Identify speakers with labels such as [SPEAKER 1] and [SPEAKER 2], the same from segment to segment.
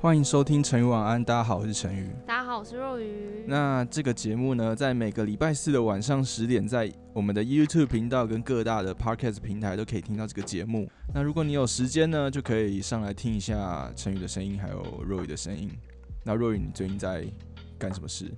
[SPEAKER 1] 欢迎收听成语晚安，大家好，我是陈宇。
[SPEAKER 2] 大家好，我是若愚。
[SPEAKER 1] 那这个节目呢，在每个礼拜四的晚上十点，在我们的 YouTube 频道跟各大的 Podcast 平台都可以听到这个节目。那如果你有时间呢，就可以上来听一下陈宇的声音，还有若雨的声音。那若雨，你最近在干什么事？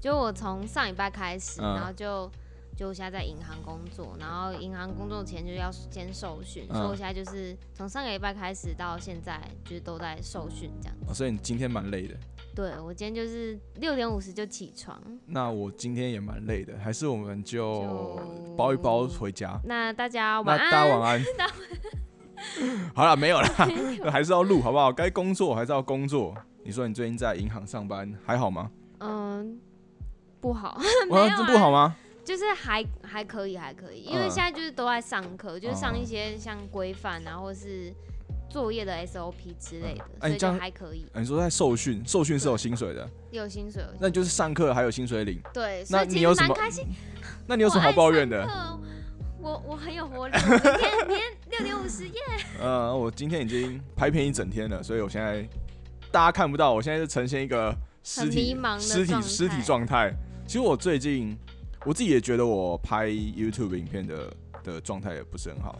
[SPEAKER 2] 就我从上礼拜开始，
[SPEAKER 1] 嗯
[SPEAKER 2] 然后就就我现在在银行工作，然后银行工作前就要先受训，
[SPEAKER 1] 嗯
[SPEAKER 2] 所以我现在就是从上个礼拜开始到现在，就是都在受训这样。
[SPEAKER 1] 哦，所以你今天蛮累的。
[SPEAKER 2] 对我今天就是六点五十就起床，
[SPEAKER 1] 那我今天也蛮累的，还是我们就
[SPEAKER 2] 就
[SPEAKER 1] 包一包回家。
[SPEAKER 2] 那大家
[SPEAKER 1] 那
[SPEAKER 2] 晚
[SPEAKER 1] 大
[SPEAKER 2] 安。
[SPEAKER 1] 家晚 安。 好了，没有了，还是要录好不好？该工作还是要工作。你说你最近在银行上班还好吗？
[SPEAKER 2] 嗯，不好， 没有
[SPEAKER 1] 哇，
[SPEAKER 2] 啊
[SPEAKER 1] 这不好吗？
[SPEAKER 2] 就是还还可以，还可以，因为
[SPEAKER 1] 嗯
[SPEAKER 2] 现在就是都在上课，就是上
[SPEAKER 1] 哦
[SPEAKER 2] 一些像规范啊，或是作业的 SOP 之类的
[SPEAKER 1] 嗯，哎
[SPEAKER 2] 所
[SPEAKER 1] 你
[SPEAKER 2] 以
[SPEAKER 1] 这
[SPEAKER 2] 就
[SPEAKER 1] 样
[SPEAKER 2] 还可以，
[SPEAKER 1] 呃你说在受训，受训是有薪水的，
[SPEAKER 2] 有薪水，有薪水
[SPEAKER 1] 那你就是上课还有薪水领，
[SPEAKER 2] 对，
[SPEAKER 1] 那
[SPEAKER 2] 所以其
[SPEAKER 1] 你
[SPEAKER 2] 实
[SPEAKER 1] 有什
[SPEAKER 2] 蛮
[SPEAKER 1] 么
[SPEAKER 2] 开心。
[SPEAKER 1] 那你有什么好抱怨
[SPEAKER 2] 我爱
[SPEAKER 1] 的？
[SPEAKER 2] 上课？哦我我很有活 力，我今天明天六点五十耶，
[SPEAKER 1] 呃，我今天已经拍片一整天了，所以我现在大家看不到，我现在是呈现一个尸体
[SPEAKER 2] 很迷茫的
[SPEAKER 1] 尸体
[SPEAKER 2] 状态
[SPEAKER 1] 尸体状态。其实我最近我自己也觉得我拍 YouTube 影片的的状态也不是很好，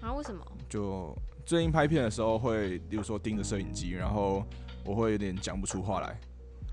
[SPEAKER 2] 啊？为什么？
[SPEAKER 1] 就最近拍片的时候会，比如说盯着摄影机，然后我会有点讲不出话来。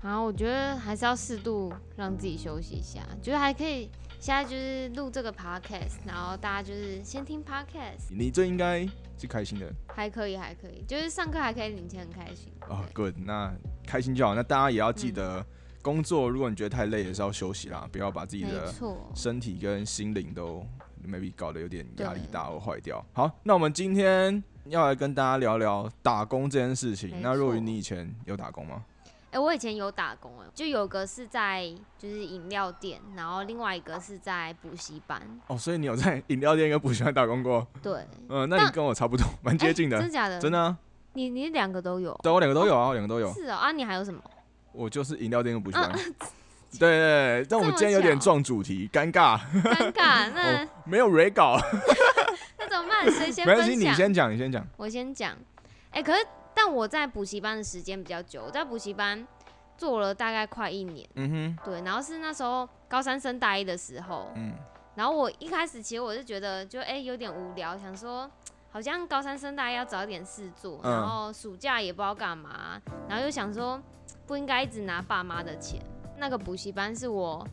[SPEAKER 2] 啊，我觉得还是要适度让自己休息一下，觉得还可以。现在就是录这个 podcast，然后大家就是先听 podcast，
[SPEAKER 1] 你这应该是开心的
[SPEAKER 2] 还可以，还可以，就是上课还可以领钱，很开心。
[SPEAKER 1] 哦、
[SPEAKER 2] 对
[SPEAKER 1] g o o d 那开心就好。那大家也要记
[SPEAKER 2] 嗯
[SPEAKER 1] 得，工作如果你觉得太累，也是要休息啦，不要把自己
[SPEAKER 2] 没
[SPEAKER 1] 的
[SPEAKER 2] 错，
[SPEAKER 1] 身体跟心灵都嗯 maybe 搞得有点压力
[SPEAKER 2] 对
[SPEAKER 1] 大或坏掉。好，那我们今天要来跟大家聊聊打工这件事情。
[SPEAKER 2] 没
[SPEAKER 1] 那若
[SPEAKER 2] 错
[SPEAKER 1] 云，你以前有打工吗？
[SPEAKER 2] 哎、我以前有打工哎、就有个是在就是饮料店，然后另外一个是在补习班，
[SPEAKER 1] 哦，所以你有在饮料店跟补习班打工过？
[SPEAKER 2] 对，
[SPEAKER 1] 嗯、那你
[SPEAKER 2] 但
[SPEAKER 1] 跟我差不多，蛮接
[SPEAKER 2] 哎
[SPEAKER 1] 近的，
[SPEAKER 2] 真的假的？
[SPEAKER 1] 真的、啊。
[SPEAKER 2] 你你两个都有？
[SPEAKER 1] 对，我两个都有啊，我两个都有。
[SPEAKER 2] 是哦，啊，你还有什么？
[SPEAKER 1] 我就是饮料店跟补习
[SPEAKER 2] 啊
[SPEAKER 1] 班。对对对，但我们今天有点撞主题，尴尬，
[SPEAKER 2] 尴尬，那、
[SPEAKER 1] 哦没有 re 稿，
[SPEAKER 2] 那怎么办？谁先
[SPEAKER 1] 没关系，
[SPEAKER 2] 分
[SPEAKER 1] 你
[SPEAKER 2] 嗯享？
[SPEAKER 1] 先讲，你先讲。
[SPEAKER 2] 我先讲。哎、可是但我在补习班的时间比较久，我在补习班做了大概快一年，
[SPEAKER 1] 嗯
[SPEAKER 2] 对，然后是那时候高三升大一的时候
[SPEAKER 1] 哼，，嗯，
[SPEAKER 2] 然后我一开始其实我是觉得就哎、有点无聊，想说。好像高三升大一要找点事做，
[SPEAKER 1] 嗯
[SPEAKER 2] 然后暑假也不知道干嘛，然后又想说不应该一直拿爸妈的钱。那个补习班是我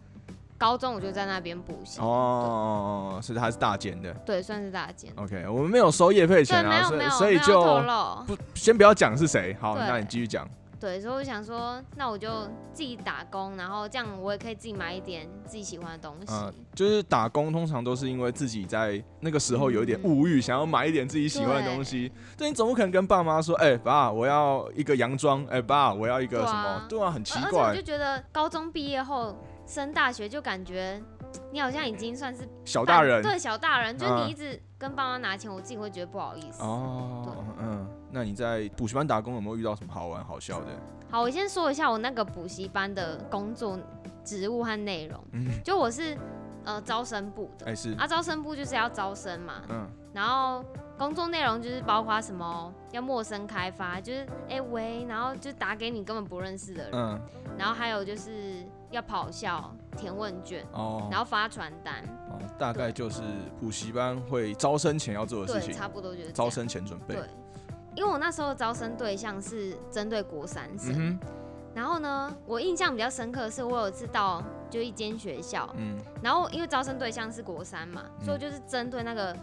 [SPEAKER 2] 高中我就在那边补习，
[SPEAKER 1] 哦，是它是大件的
[SPEAKER 2] 对，算是大间。
[SPEAKER 1] ，OK，我们没有收业费
[SPEAKER 2] 对，
[SPEAKER 1] 钱
[SPEAKER 2] 没
[SPEAKER 1] 啊，
[SPEAKER 2] 有
[SPEAKER 1] 所
[SPEAKER 2] 没
[SPEAKER 1] 以
[SPEAKER 2] 有，
[SPEAKER 1] 所以
[SPEAKER 2] 没有透
[SPEAKER 1] 就
[SPEAKER 2] 露。
[SPEAKER 1] 不先不要讲是谁，好，
[SPEAKER 2] 对
[SPEAKER 1] 那你继续讲。
[SPEAKER 2] 对，所以我想说，那我就自己打工，然后这样我也可以自己买一点自己喜欢的东西。
[SPEAKER 1] 嗯，就是打工通常都是因为自己在那个时候有一点物
[SPEAKER 2] 嗯
[SPEAKER 1] 欲，想要买一点自己喜欢的东西。但你总不可能跟爸妈说，哎、爸，我要一个洋装，哎、爸，我要一个
[SPEAKER 2] 对
[SPEAKER 1] 什
[SPEAKER 2] 啊
[SPEAKER 1] 么？对啊，很奇
[SPEAKER 2] 而而且我
[SPEAKER 1] 怪
[SPEAKER 2] 就，觉得高中毕业后升大学，就感觉你好像已经算是
[SPEAKER 1] 小
[SPEAKER 2] 小
[SPEAKER 1] 大人。
[SPEAKER 2] 对小大人，就是
[SPEAKER 1] 嗯
[SPEAKER 2] 你一直跟爸妈拿钱，我自己会觉得不好意思。
[SPEAKER 1] 哦，嗯，那你在补习班打工有没有遇到什么好玩好笑的？
[SPEAKER 2] 好，我先说一下我那个补习班的工作职务和内容，
[SPEAKER 1] 嗯，
[SPEAKER 2] 就我是呃招生部的。
[SPEAKER 1] 哎、是，
[SPEAKER 2] 啊，招生部就是要招生嘛，
[SPEAKER 1] 嗯，
[SPEAKER 2] 然后工作内容就是包括什么要陌生开发，就是哎、喂，然后就打给你根本不认识的人，
[SPEAKER 1] 嗯，
[SPEAKER 2] 然后还有就是要跑校填问卷，
[SPEAKER 1] 哦，
[SPEAKER 2] 然后发传单，
[SPEAKER 1] 哦大概就是补习班会招生前要做的事
[SPEAKER 2] 对，
[SPEAKER 1] 情，
[SPEAKER 2] 差不多就是这样
[SPEAKER 1] 招生前准备
[SPEAKER 2] 对。。因为我那时候的招生对象是针对国三生，
[SPEAKER 1] 嗯
[SPEAKER 2] 然后呢，我印象比较深刻的是，我有一次到就一间学校
[SPEAKER 1] 哼，，嗯，
[SPEAKER 2] 然后因为招生对象是国三嘛，
[SPEAKER 1] 嗯
[SPEAKER 2] 所以我就是针对那个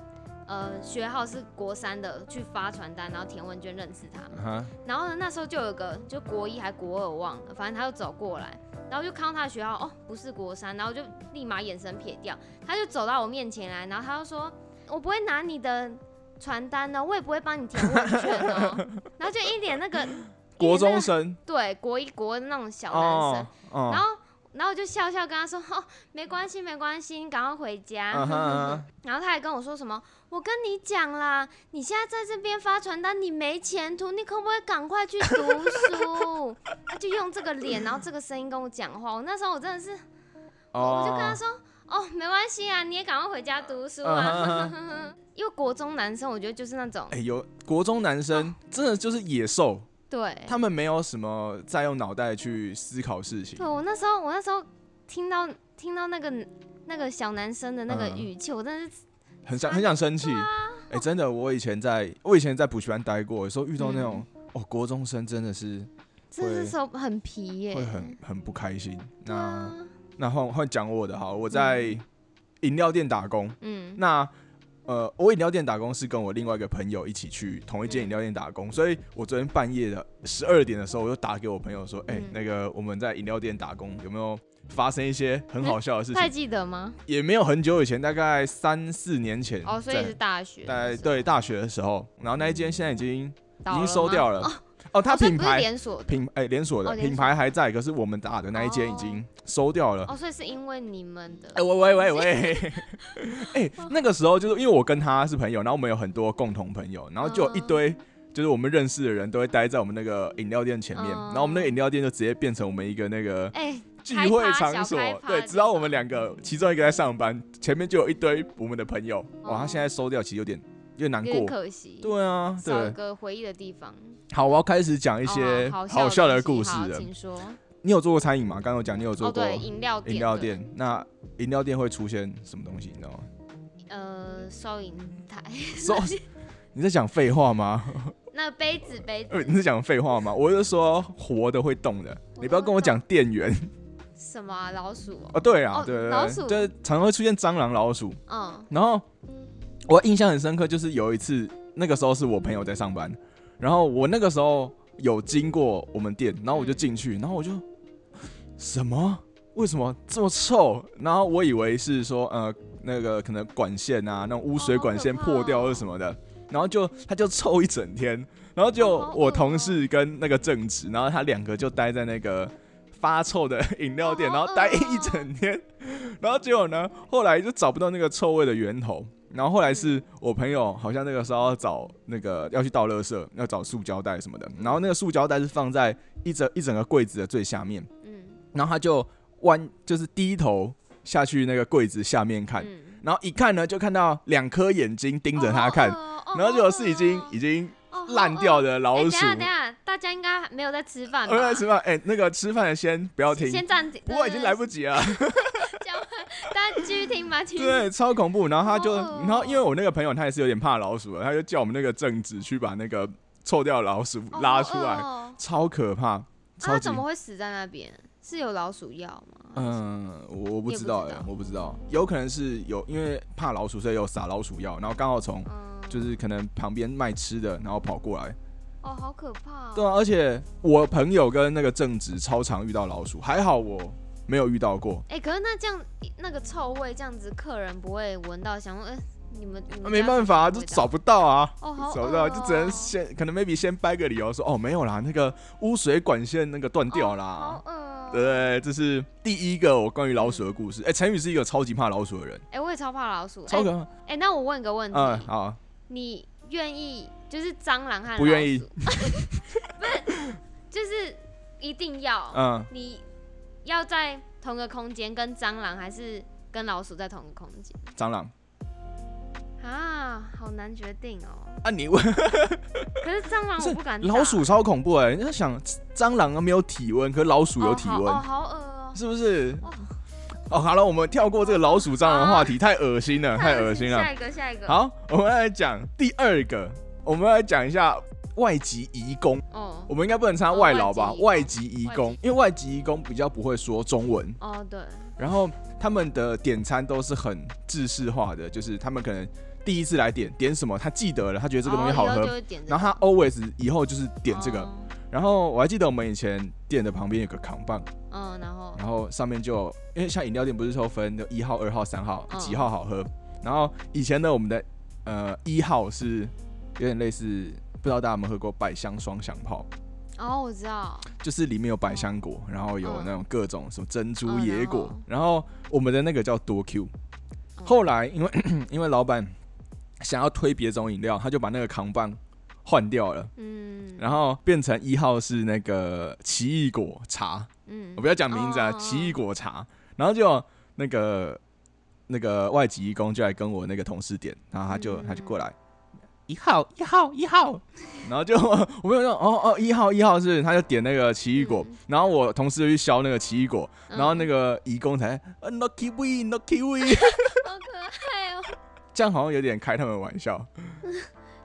[SPEAKER 2] 呃学号是国三的去发传单，然后填问卷认识他们。
[SPEAKER 1] 啊哈，
[SPEAKER 2] 然后呢，那时候就有个就国一还国二我忘了，反正他就走过来，然后就看到他的学号哦不是国三，然后就立马眼神撇掉，他就走到我面前来，然后他就说我不会拿你的传单哦，我也不会帮你填问卷哦， 然后就一脸那个
[SPEAKER 1] 国
[SPEAKER 2] 一脸那
[SPEAKER 1] 中
[SPEAKER 2] 个
[SPEAKER 1] 生，
[SPEAKER 2] 对国一国二那种小男生
[SPEAKER 1] 哦，，哦
[SPEAKER 2] 然后然后我就笑笑跟他说哦没关系没关系，你赶快回家。
[SPEAKER 1] 嗯哼嗯
[SPEAKER 2] 然后他还跟我说什么？我跟你讲啦，你现在在这边发传单，你没前途，你可不可以赶快去读书？ 他就用这个脸，然后这个声音跟我讲话。我那时候我真的是，
[SPEAKER 1] 哼
[SPEAKER 2] 我就跟他
[SPEAKER 1] 哦，
[SPEAKER 2] 说，哦，没关系啊，你也赶快回家读书
[SPEAKER 1] 嗯
[SPEAKER 2] 啊。
[SPEAKER 1] 哼 哎
[SPEAKER 2] 因为国中男生，我觉得就是那种，哦
[SPEAKER 1] 哎、有国中男生真的就是野兽，
[SPEAKER 2] 对，
[SPEAKER 1] 他们没有什么再用脑袋去思考事情
[SPEAKER 2] 对。我那时候，我那时候听到听到那个那个小男生的那个
[SPEAKER 1] 嗯
[SPEAKER 2] 语气，我真的是
[SPEAKER 1] 很
[SPEAKER 2] 啊
[SPEAKER 1] 想很想生气。哎、真的，我以前在我以前在补习班待过，有时候遇到那种、
[SPEAKER 2] 嗯
[SPEAKER 1] 哦，国中生真的是
[SPEAKER 2] 真
[SPEAKER 1] 会
[SPEAKER 2] 的是手很皮耶、
[SPEAKER 1] 会很很不开心。那、
[SPEAKER 2] 对啊，
[SPEAKER 1] 那换换讲我的好了，我在饮料店打工。
[SPEAKER 2] 嗯
[SPEAKER 1] 那呃，我饮料店打工是跟我另外一个朋友一起去同一
[SPEAKER 2] 嗯
[SPEAKER 1] 间饮料店打工，所以我昨天半夜的十二点的时候，我就打给我朋友说，哎、
[SPEAKER 2] 嗯
[SPEAKER 1] 那个我们在饮料店打工有没有？发生一些
[SPEAKER 2] 哎
[SPEAKER 1] 很好笑的事情，
[SPEAKER 2] 还记得吗？
[SPEAKER 1] 也没有很久以前，大概三四年前，
[SPEAKER 2] 哦，所以
[SPEAKER 1] 在
[SPEAKER 2] 是大学
[SPEAKER 1] 大
[SPEAKER 2] 那
[SPEAKER 1] 概
[SPEAKER 2] 时候，
[SPEAKER 1] 对大学的时候，然后那一间现在已经
[SPEAKER 2] 倒
[SPEAKER 1] 已经
[SPEAKER 2] 了
[SPEAKER 1] 收
[SPEAKER 2] 吗
[SPEAKER 1] 掉
[SPEAKER 2] 哦
[SPEAKER 1] 了。哦，它
[SPEAKER 2] 哦所以
[SPEAKER 1] 品
[SPEAKER 2] 不是
[SPEAKER 1] 牌
[SPEAKER 2] 连锁的
[SPEAKER 1] 品哎连锁的
[SPEAKER 2] 哦连锁
[SPEAKER 1] 品牌还在，可是我们打的那一间已
[SPEAKER 2] 哦
[SPEAKER 1] 经收掉了。
[SPEAKER 2] 哦，所以是因为你们的
[SPEAKER 1] 哎喂喂 喂喂， 哎
[SPEAKER 2] 哦
[SPEAKER 1] 那个时候就是因为我跟他是朋友，然后我们有很多共同朋友，然后就有一
[SPEAKER 2] 嗯
[SPEAKER 1] 堆。就是我们认识的人都会待在我们那个饮料店前面，
[SPEAKER 2] 哦
[SPEAKER 1] 然后我们那个饮料店就直接变成我们一个那个
[SPEAKER 2] 哎、
[SPEAKER 1] 聚
[SPEAKER 2] 开
[SPEAKER 1] 会
[SPEAKER 2] 趴
[SPEAKER 1] 场
[SPEAKER 2] 小
[SPEAKER 1] 所
[SPEAKER 2] 开，趴
[SPEAKER 1] 对，
[SPEAKER 2] 的
[SPEAKER 1] 只
[SPEAKER 2] 地
[SPEAKER 1] 要我们
[SPEAKER 2] 方
[SPEAKER 1] 两个其中一个在上班，前面就有一堆我们的朋友。哇，他
[SPEAKER 2] 哦
[SPEAKER 1] 现在收掉，其实有点有点难
[SPEAKER 2] 有
[SPEAKER 1] 过
[SPEAKER 2] 点。可惜，
[SPEAKER 1] 对啊，
[SPEAKER 2] 少一
[SPEAKER 1] 对。
[SPEAKER 2] 个回忆的地方。
[SPEAKER 1] 好，我要开始讲一些
[SPEAKER 2] 哦、好
[SPEAKER 1] 好笑
[SPEAKER 2] 笑
[SPEAKER 1] 的
[SPEAKER 2] 东
[SPEAKER 1] 故
[SPEAKER 2] 西
[SPEAKER 1] 事
[SPEAKER 2] 好
[SPEAKER 1] 了。
[SPEAKER 2] 请说。
[SPEAKER 1] 你有做过餐饮吗？刚刚有讲你有做
[SPEAKER 2] 哦，
[SPEAKER 1] 过
[SPEAKER 2] 对，饮料店，
[SPEAKER 1] 饮料
[SPEAKER 2] 对，
[SPEAKER 1] 店，那饮料店会出现什么东西？你知道吗？
[SPEAKER 2] 呃，收银台，
[SPEAKER 1] 收， 你在讲废话吗？
[SPEAKER 2] 那杯子杯
[SPEAKER 1] 呃
[SPEAKER 2] 子
[SPEAKER 1] 你在讲废话吗？我就说活的会动的，你不要跟我讲店员
[SPEAKER 2] 什么啊、老鼠
[SPEAKER 1] 哦。对啊，
[SPEAKER 2] 哦
[SPEAKER 1] 对对
[SPEAKER 2] 老
[SPEAKER 1] 对，
[SPEAKER 2] 鼠
[SPEAKER 1] 就是常常会出现蟑螂、老鼠。
[SPEAKER 2] 哦，
[SPEAKER 1] 然后我印象很深刻，就是有一次，那个时候是我朋友在上班，然后我那个时候有经过我们店，然后我就进去，然后我就什么？为什么这么臭？然后我以为是说呃那个可能管线啊，那种污水管线
[SPEAKER 2] 哦好可怕哦
[SPEAKER 1] 破掉或者什么的，然后就他就臭一整天，然后就
[SPEAKER 2] 好恶哦
[SPEAKER 1] 我同事跟那个正直，然后他两个就待在那个发臭的饮料店，
[SPEAKER 2] 好
[SPEAKER 1] 然后待
[SPEAKER 2] 恶哦嗯
[SPEAKER 1] 一整天，然后结果呢，后来就找不到那个臭味的源头。然后后来
[SPEAKER 2] 嗯
[SPEAKER 1] 是我朋友，好像那个时候要找那个要去倒垃圾，要找塑胶袋什么的。然后那个塑胶袋是放在一整一整个柜子的最下面，
[SPEAKER 2] 嗯
[SPEAKER 1] 然后他就弯，就是低头下去那个柜子下面看，
[SPEAKER 2] 嗯，
[SPEAKER 1] 然后一看呢，就看到两颗眼睛盯着他
[SPEAKER 2] 哦
[SPEAKER 1] 看，然后就是已经已经烂掉
[SPEAKER 2] 的
[SPEAKER 1] 的老
[SPEAKER 2] 等一
[SPEAKER 1] 鼠。
[SPEAKER 2] 下等一下，大家应该没有在吃饭吧？
[SPEAKER 1] 我来吃饭，哎、那个吃饭的先不要听，
[SPEAKER 2] 先暂停。
[SPEAKER 1] 不过已经来不
[SPEAKER 2] 及
[SPEAKER 1] 及了。
[SPEAKER 2] 讲完，大家继续听吧。 继续
[SPEAKER 1] 对，超恐怖。然后他就，
[SPEAKER 2] 好恶哦
[SPEAKER 1] 然后因为我那个朋友他也是有点怕老鼠的，他就叫我们那个正直去把那个臭掉的老鼠
[SPEAKER 2] 哦
[SPEAKER 1] 拉
[SPEAKER 2] 好
[SPEAKER 1] 出
[SPEAKER 2] 饿
[SPEAKER 1] 来，
[SPEAKER 2] 哦
[SPEAKER 1] 超可怕，
[SPEAKER 2] 啊它
[SPEAKER 1] 超级
[SPEAKER 2] 怎。么会死在那边？是有老鼠药吗？
[SPEAKER 1] 嗯，我我不
[SPEAKER 2] 你也
[SPEAKER 1] 知
[SPEAKER 2] 不
[SPEAKER 1] 道
[SPEAKER 2] 知
[SPEAKER 1] 哎
[SPEAKER 2] 道，
[SPEAKER 1] 我不知道，有可能是有因为怕老鼠，所以有撒老鼠药，然后刚好从
[SPEAKER 2] 嗯，
[SPEAKER 1] 就是可能旁边卖吃的，然后跑过来。
[SPEAKER 2] 哦，好可怕、哦。
[SPEAKER 1] 对啊，而且我朋友跟那个正直超常遇到老鼠，还好我没有遇到过。
[SPEAKER 2] 哎、可是那这样那个臭味这样子，客人不会闻到，想说，哎、你们你们、
[SPEAKER 1] 没办法、啊，就找不到啊。
[SPEAKER 2] 哦，好
[SPEAKER 1] 找不
[SPEAKER 2] 恶
[SPEAKER 1] 到，
[SPEAKER 2] 哦
[SPEAKER 1] 就只能先可能 maybe 先掰个理由说哦没有啦，那个污水管线那个断掉啦
[SPEAKER 2] 好。恶、哦。
[SPEAKER 1] 对，这是第一个我关于老鼠的故事。哎、陈宇是一个超级怕老鼠的人，
[SPEAKER 2] 哎、我也超怕老鼠。哎
[SPEAKER 1] 超
[SPEAKER 2] 哎、
[SPEAKER 1] 可怕。
[SPEAKER 2] 那我问个问题，
[SPEAKER 1] 嗯，好，
[SPEAKER 2] 你愿意就是蟑螂和老鼠
[SPEAKER 1] 不愿意
[SPEAKER 2] 不是，就是一定要、
[SPEAKER 1] 嗯，
[SPEAKER 2] 你要在同个空间跟蟑螂还是跟老鼠在同个空间
[SPEAKER 1] 蟑螂
[SPEAKER 2] 啊？好难决定哦。
[SPEAKER 1] 啊，你问
[SPEAKER 2] 可是蟑螂
[SPEAKER 1] 不是
[SPEAKER 2] 我不敢打，
[SPEAKER 1] 老鼠超恐怖哎、你要想蟑螂没有体温，可老鼠有体温，
[SPEAKER 2] 哦，好恶哦、
[SPEAKER 1] 是不是
[SPEAKER 2] 哦？
[SPEAKER 1] 哦，好了，我们跳过这个老鼠蟑螂的话题，太恶心了，太恶心了。
[SPEAKER 2] 下一个，下一个。，
[SPEAKER 1] 好，我们来讲第二个，我们来讲一下外籍移工。
[SPEAKER 2] 哦
[SPEAKER 1] 我们应该不能称他外劳吧？
[SPEAKER 2] 哦
[SPEAKER 1] 外
[SPEAKER 2] 外
[SPEAKER 1] 籍
[SPEAKER 2] 籍
[SPEAKER 1] 移
[SPEAKER 2] 移工
[SPEAKER 1] 工，因为外籍移工比较不会说中文，
[SPEAKER 2] 哦，对，
[SPEAKER 1] 然后他们的点餐都是很制式化的，就是他们可能第一次来点点什么，他记得了，他觉得这个东西好
[SPEAKER 2] 哦以后就
[SPEAKER 1] 喝，
[SPEAKER 2] 会点这个
[SPEAKER 1] 然后他 always 以后就是点这个。
[SPEAKER 2] 哦
[SPEAKER 1] 然后我还记得我们以前店的旁边有个扛棒，
[SPEAKER 2] 嗯，然后
[SPEAKER 1] 然后上面就有因为像饮料店不是说分有一号、二号、三号
[SPEAKER 2] 嗯
[SPEAKER 1] 几号好喝，然后以前呢我们的呃一号是有点类似，不知道大家有没有喝过百香双响炮。
[SPEAKER 2] 哦，我知道，
[SPEAKER 1] 就是里面有百香果，然后有
[SPEAKER 2] 嗯
[SPEAKER 1] 那种各种什么珍珠
[SPEAKER 2] 嗯
[SPEAKER 1] 野果，然
[SPEAKER 2] 然
[SPEAKER 1] 后我们的那个叫多 Q。
[SPEAKER 2] 嗯
[SPEAKER 1] 后来因为 因为老板想要推别种饮料，他就把那个扛棒换掉了，
[SPEAKER 2] 嗯，
[SPEAKER 1] 然后变成一号是那个奇异果茶，
[SPEAKER 2] 嗯
[SPEAKER 1] 我不要讲名字啊，
[SPEAKER 2] 哦
[SPEAKER 1] 奇异果茶，然后就那个那个外籍义工就来跟我那个同事点，然后他就
[SPEAKER 2] 嗯
[SPEAKER 1] 他就过来。一号一号一号，然后就 我朋友说哦哦一号一号是，他就点那个奇异果，
[SPEAKER 2] 嗯
[SPEAKER 1] 然后我同事就去削那个奇异果，然后那
[SPEAKER 2] 个
[SPEAKER 1] 个义工才呃 no kiwi no kiwi，
[SPEAKER 2] 好可爱哦，
[SPEAKER 1] 这样好像有点开他们玩笑，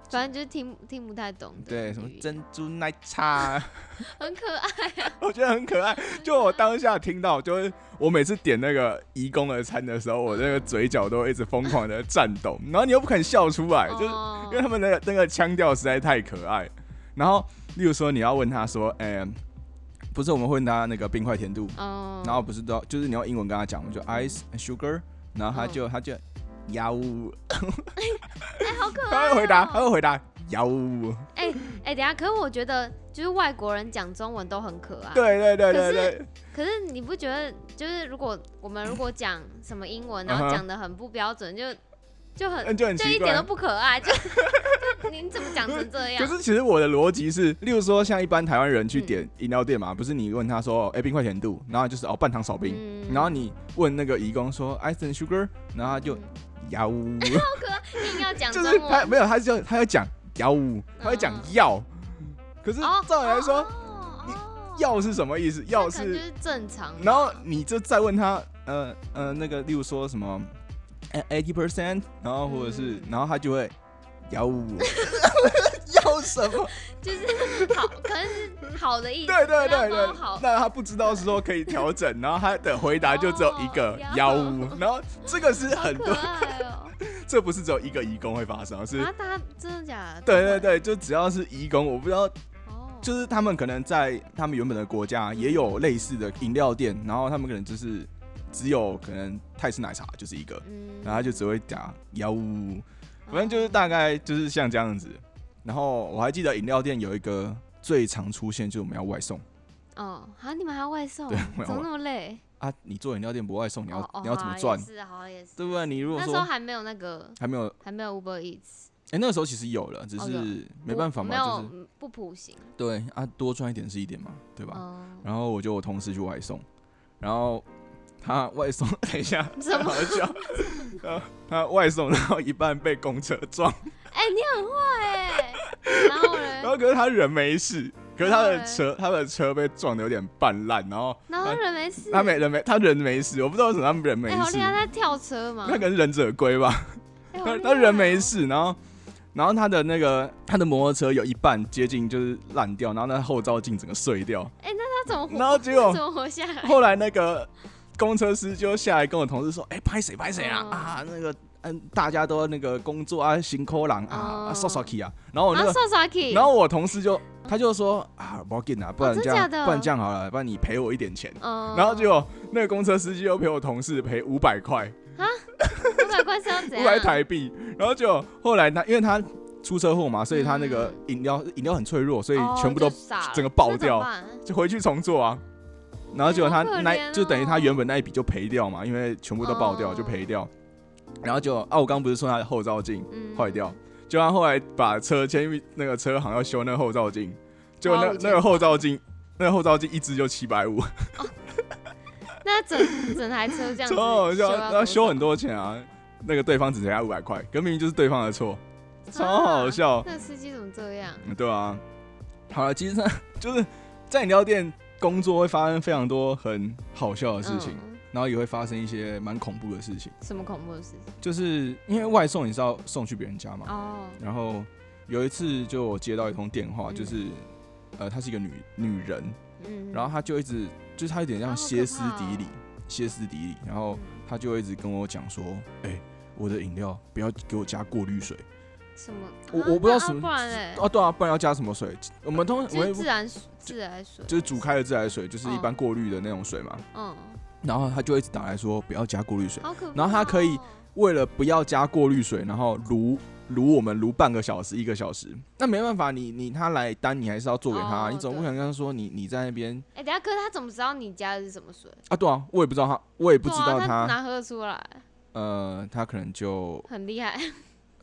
[SPEAKER 2] 反正就是听听不太懂的
[SPEAKER 1] 对什么
[SPEAKER 2] 语言
[SPEAKER 1] 珍珠奶茶，
[SPEAKER 2] 很可爱，
[SPEAKER 1] 我觉得很可爱。就我当下听到，就是我每次点那个义工的餐的时候，我那个嘴角都会一直疯狂的颤抖，然后你又不肯笑出来，哎就是
[SPEAKER 2] 哦
[SPEAKER 1] 因为他们那个那个腔调实在太可爱。然后，例如说你要问他说，哎、不是我们会拿那个冰块甜度，
[SPEAKER 2] 哦，
[SPEAKER 1] 然后不是都要就是你要英文跟他讲，我就 ice and sugar，然
[SPEAKER 2] 嗯
[SPEAKER 1] 后他就、他就呀呜，
[SPEAKER 2] 哦好可爱、
[SPEAKER 1] 他
[SPEAKER 2] 哦，
[SPEAKER 1] 会回答，他会回答呀呜，
[SPEAKER 2] 哎、等一下，可是我觉得就是外国人讲中文都很可爱。。
[SPEAKER 1] 对对对对
[SPEAKER 2] 可是
[SPEAKER 1] 对，
[SPEAKER 2] 可是你不觉得，就是如果我们如果讲什么英文，
[SPEAKER 1] 嗯
[SPEAKER 2] 然后
[SPEAKER 1] 哼
[SPEAKER 2] 讲的很不标准，就就很
[SPEAKER 1] 嗯就很
[SPEAKER 2] 就一
[SPEAKER 1] 奇
[SPEAKER 2] 点
[SPEAKER 1] 怪
[SPEAKER 2] 都。不可爱，就 就你怎么讲成这
[SPEAKER 1] 可
[SPEAKER 2] 样？
[SPEAKER 1] 是其实我的逻辑是，例如说像一般台湾人去
[SPEAKER 2] 嗯
[SPEAKER 1] 点饮料店嘛，不是你问他说，哎、冰块甜度，然后就是哦半糖少冰，
[SPEAKER 2] 嗯
[SPEAKER 1] 然后你问那个义工说 ice and sugar，然后他 就呀呜。
[SPEAKER 2] 硬要讲
[SPEAKER 1] 就
[SPEAKER 2] 中
[SPEAKER 1] 是他
[SPEAKER 2] 文，嗯
[SPEAKER 1] 没有，他就他要讲药物，他会讲药。可是
[SPEAKER 2] 哦，
[SPEAKER 1] 照理来说，
[SPEAKER 2] 哦
[SPEAKER 1] 你
[SPEAKER 2] 哦
[SPEAKER 1] 药是什么意思？
[SPEAKER 2] 那
[SPEAKER 1] 药，
[SPEAKER 2] 可能就是是正常吧。
[SPEAKER 1] 然后你就再问他，呃呃，那个例如说什么，eighty 哎 percent，然后或者是
[SPEAKER 2] 嗯，
[SPEAKER 1] 然后他就会药 物，要什么？
[SPEAKER 2] 就是 好，可能是好的意思，
[SPEAKER 1] 对对对
[SPEAKER 2] 不要
[SPEAKER 1] 对
[SPEAKER 2] 说，好，
[SPEAKER 1] 那他不知道说可以调整，然后他的回答就只有一个
[SPEAKER 2] 哦
[SPEAKER 1] 药
[SPEAKER 2] 药
[SPEAKER 1] 物，然后这个是
[SPEAKER 2] 好
[SPEAKER 1] 很
[SPEAKER 2] 可
[SPEAKER 1] 多，
[SPEAKER 2] 爱哦。
[SPEAKER 1] 这不是只有一个义工会发生，是
[SPEAKER 2] 啊，大家真的假的？
[SPEAKER 1] 对对对，就只要是义工，我不知道
[SPEAKER 2] 哦，
[SPEAKER 1] 就是他们可能在他们原本的国家也有类似的饮料店，然后他们可能就是只有可能泰式奶茶就是一个，
[SPEAKER 2] 嗯
[SPEAKER 1] 然后他就只会打幺五五，反正就是大概就是像这样子。然后我还记得饮料店有一个最常出现就是我们要外送
[SPEAKER 2] 哦，啊，你们还要外送，
[SPEAKER 1] 对我们要
[SPEAKER 2] 怎么那么累？
[SPEAKER 1] 啊，你做饮料店不外送，你要、
[SPEAKER 2] 哦哦
[SPEAKER 1] 你要怎么
[SPEAKER 2] 好啊
[SPEAKER 1] 赚
[SPEAKER 2] 也，是，好啊也是。
[SPEAKER 1] 对不对？你如果
[SPEAKER 2] 那时候
[SPEAKER 1] 说
[SPEAKER 2] 还没有那个，
[SPEAKER 1] 还没有，
[SPEAKER 2] 还没有 Uber Eats，
[SPEAKER 1] 哎、那个时候其实有了，只
[SPEAKER 2] 哦
[SPEAKER 1] 是没
[SPEAKER 2] 不
[SPEAKER 1] 办法嘛，
[SPEAKER 2] 没有
[SPEAKER 1] 就是
[SPEAKER 2] 嗯不普行。
[SPEAKER 1] 对啊，多赚一点是一点嘛，对吧？
[SPEAKER 2] 嗯，
[SPEAKER 1] 然后我就我同事去外送，然后他外送， 等一下，
[SPEAKER 2] 怎么
[SPEAKER 1] 好笑？然后他外送到一半被公车撞，
[SPEAKER 2] 哎，你很 坏哎。然后
[SPEAKER 1] 然
[SPEAKER 2] 人，
[SPEAKER 1] 后可是他人没事，可是他的
[SPEAKER 2] 对
[SPEAKER 1] 车他的车被撞的有点半烂，然后
[SPEAKER 2] 然后人没事。
[SPEAKER 1] 啊他没人没他人没事，我不知道为什么他人没
[SPEAKER 2] 哎，好
[SPEAKER 1] 事
[SPEAKER 2] 厉，害，他跳车嘛。
[SPEAKER 1] 那可能忍者龟吧，
[SPEAKER 2] 哎
[SPEAKER 1] 他他人没。事，然后。然后他的那个他的摩托车有一半接近就是烂掉，然后那后照镜整个碎掉，
[SPEAKER 2] 好厉害哦他怎么活？
[SPEAKER 1] 然后结果
[SPEAKER 2] 怎么活下来？
[SPEAKER 1] 后来那个公车司就下来跟我同事说：“哎、拍谁拍谁啊、
[SPEAKER 2] 嗯
[SPEAKER 1] 啊，那个嗯，大家都那个工作啊，辛苦狼啊，
[SPEAKER 2] 嗯
[SPEAKER 1] 少少 k 啊。”然后我那
[SPEAKER 2] 然后
[SPEAKER 1] 个，
[SPEAKER 2] 受伤去。嗯哦
[SPEAKER 1] 然后我同事就他就说：“啊，不要紧啊，不然
[SPEAKER 2] 真
[SPEAKER 1] 这样，
[SPEAKER 2] 假的
[SPEAKER 1] 不然这样好了，不然你赔我一点钱。”
[SPEAKER 2] 嗯，
[SPEAKER 1] 然后结果那个公车司机又赔我同事赔五百块，
[SPEAKER 2] 五百块是要怎
[SPEAKER 1] 五
[SPEAKER 2] 样？
[SPEAKER 1] 百台币。然后就后来他因为他出车祸嘛，所以他那个
[SPEAKER 2] 嗯
[SPEAKER 1] 饮料饮料很脆弱，所以
[SPEAKER 2] 哦，
[SPEAKER 1] 全部都
[SPEAKER 2] 就傻了
[SPEAKER 1] 整个爆掉。
[SPEAKER 2] 那怎么办
[SPEAKER 1] 就回去重做啊。然后结果他
[SPEAKER 2] 哎好可
[SPEAKER 1] 那、
[SPEAKER 2] 怜哦
[SPEAKER 1] 就等于他原本那一笔就赔掉嘛，因为全部都爆掉
[SPEAKER 2] 哦
[SPEAKER 1] 就赔掉。然后就啊，我刚不是说他的后照镜
[SPEAKER 2] 嗯
[SPEAKER 1] 坏掉，就他后来把车签那个车行要修那个后照镜，就那
[SPEAKER 2] 花五千
[SPEAKER 1] 那个后照镜。那个后照镜一只就七百五，
[SPEAKER 2] 那整整台车这样子，啊
[SPEAKER 1] 超好笑，
[SPEAKER 2] 要
[SPEAKER 1] 然后修
[SPEAKER 2] 多
[SPEAKER 1] 很多钱啊。那个对方只给他五百块，可明明就是对方的错，
[SPEAKER 2] 少
[SPEAKER 1] 超好。
[SPEAKER 2] 啊
[SPEAKER 1] 笑。
[SPEAKER 2] 那个司机怎么这样？
[SPEAKER 1] 嗯对啊，好了，其实呢 就是在饮料店工作会发生非常多很好笑的事情。
[SPEAKER 2] 嗯
[SPEAKER 1] 然后也会发生一些蛮恐怖的事情，
[SPEAKER 2] 什么恐怖的事情？
[SPEAKER 1] 就是因为外送你是要送去别人家嘛，
[SPEAKER 2] 哦，
[SPEAKER 1] 然后有一次就我接到一通电话，
[SPEAKER 2] 嗯
[SPEAKER 1] 就是呃她是一个女女人，
[SPEAKER 2] 嗯，
[SPEAKER 1] 然后她就一直就是她有点像歇斯底里
[SPEAKER 2] 啊好可，
[SPEAKER 1] 歇斯底里，然
[SPEAKER 2] 嗯
[SPEAKER 1] 后她就会一直跟我讲说，哎、我的饮料不要给我加过滤水，
[SPEAKER 2] 什么？
[SPEAKER 1] 我
[SPEAKER 2] 啊
[SPEAKER 1] 我不知道
[SPEAKER 2] 那
[SPEAKER 1] 什么
[SPEAKER 2] 啊不然嘞，
[SPEAKER 1] 哦对啊，不然要加什么水？我们通我
[SPEAKER 2] 就是
[SPEAKER 1] 们
[SPEAKER 2] 自然水自来水，
[SPEAKER 1] 就是煮开的自来水，就是一般过滤的那种水嘛，
[SPEAKER 2] 嗯，
[SPEAKER 1] 然后她就一直打来说不要加过滤水。
[SPEAKER 2] 好可怕哦。
[SPEAKER 1] 然后它可以为了不要加过滤水，然后炉炉我们炉半个小时、一个小时，那没办法，你你他来单，你还是要做给他，
[SPEAKER 2] 哦
[SPEAKER 1] 你总不可能跟他说你你在那边
[SPEAKER 2] 哎，等一下，可是他怎么知道你加的是什么水？
[SPEAKER 1] 啊？对啊，我也不知道他，我也不知
[SPEAKER 2] 对
[SPEAKER 1] 道
[SPEAKER 2] 啊
[SPEAKER 1] 他，
[SPEAKER 2] 他哪喝得出来？
[SPEAKER 1] 呃，他可能就
[SPEAKER 2] 很厉害，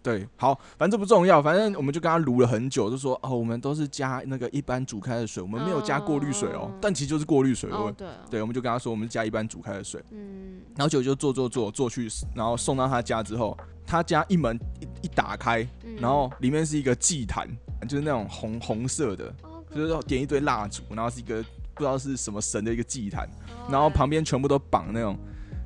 [SPEAKER 1] 对，好，反正这不重要，反正我们就跟他炉了很久，就说哦，我们都是加那个一般煮开的水，我们没有加过滤水哦，
[SPEAKER 2] 嗯
[SPEAKER 1] 但其实就是过滤水的
[SPEAKER 2] 哦
[SPEAKER 1] 问，题。
[SPEAKER 2] 对哦，
[SPEAKER 1] 对，我们就跟他说我们是加一般煮开的水，
[SPEAKER 2] 嗯，
[SPEAKER 1] 然后结果就做做做做去，然后送到他家之后，他家一门一一打开，
[SPEAKER 2] 嗯
[SPEAKER 1] 然后里面是一个祭坛，就是那种红红色的，
[SPEAKER 2] 哦
[SPEAKER 1] 就是要点一堆蜡烛，然后是一个不知道是什么神的一个祭坛，
[SPEAKER 2] 哦
[SPEAKER 1] 然后旁边全部都绑那种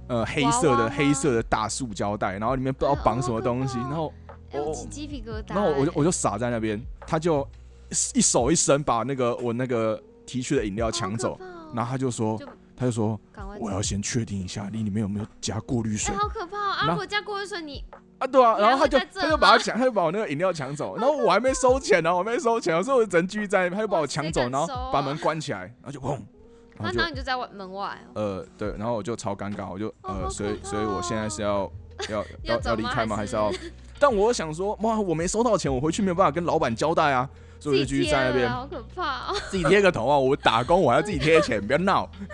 [SPEAKER 1] 呃黑色
[SPEAKER 2] 娃娃
[SPEAKER 1] 的
[SPEAKER 2] 吗
[SPEAKER 1] 黑色的大塑胶袋，然后里面不知道绑什么东西，
[SPEAKER 2] 哎好
[SPEAKER 1] 然后
[SPEAKER 2] 哎我
[SPEAKER 1] 我
[SPEAKER 2] 起鸡皮疙瘩欸，
[SPEAKER 1] 然后我就我就傻在那边，他就一手一伸把那个我那个提取的饮料抢走，然
[SPEAKER 2] 然
[SPEAKER 1] 后他就说
[SPEAKER 2] 就
[SPEAKER 1] 他就说
[SPEAKER 2] 赶快
[SPEAKER 1] 我
[SPEAKER 2] 走
[SPEAKER 1] 要先确定一下你里面有没有加过滤水
[SPEAKER 2] 哎，好可怕哦！
[SPEAKER 1] 然
[SPEAKER 2] 啊，
[SPEAKER 1] 后
[SPEAKER 2] 我加过温水，你
[SPEAKER 1] 啊，对啊，
[SPEAKER 2] 你
[SPEAKER 1] 然后他
[SPEAKER 2] 还会
[SPEAKER 1] 就
[SPEAKER 2] 在这
[SPEAKER 1] 他就把他抢，他就把我那个饮料抢走，然后我还没收钱呢，我还没收钱，所以我只能继续在，他就把我抢走，
[SPEAKER 2] 哇谁
[SPEAKER 1] 然
[SPEAKER 2] 敢
[SPEAKER 1] 后
[SPEAKER 2] 收啊
[SPEAKER 1] 把门关起来，然后就砰，然
[SPEAKER 2] 啊
[SPEAKER 1] 后
[SPEAKER 2] 然后
[SPEAKER 1] 就
[SPEAKER 2] 你就在外门外哦，
[SPEAKER 1] 呃对，然后我就超尴尬，我就
[SPEAKER 2] 哦好
[SPEAKER 1] 呃，
[SPEAKER 2] 可
[SPEAKER 1] 所以
[SPEAKER 2] 怕
[SPEAKER 1] 所以我现在是 要要
[SPEAKER 2] 要
[SPEAKER 1] 要
[SPEAKER 2] 走
[SPEAKER 1] 要离
[SPEAKER 2] 吗
[SPEAKER 1] 开吗？
[SPEAKER 2] 还
[SPEAKER 1] 还
[SPEAKER 2] 是
[SPEAKER 1] 是要？ 但我想说，哇，我没收到钱，我回去没有办法跟老板交代啊，所以我就
[SPEAKER 2] 自己
[SPEAKER 1] 继续
[SPEAKER 2] 贴
[SPEAKER 1] 在那
[SPEAKER 2] 了
[SPEAKER 1] 边
[SPEAKER 2] 好可怕哦！
[SPEAKER 1] 自己贴个头啊！我打工我还要自己贴钱，不要闹。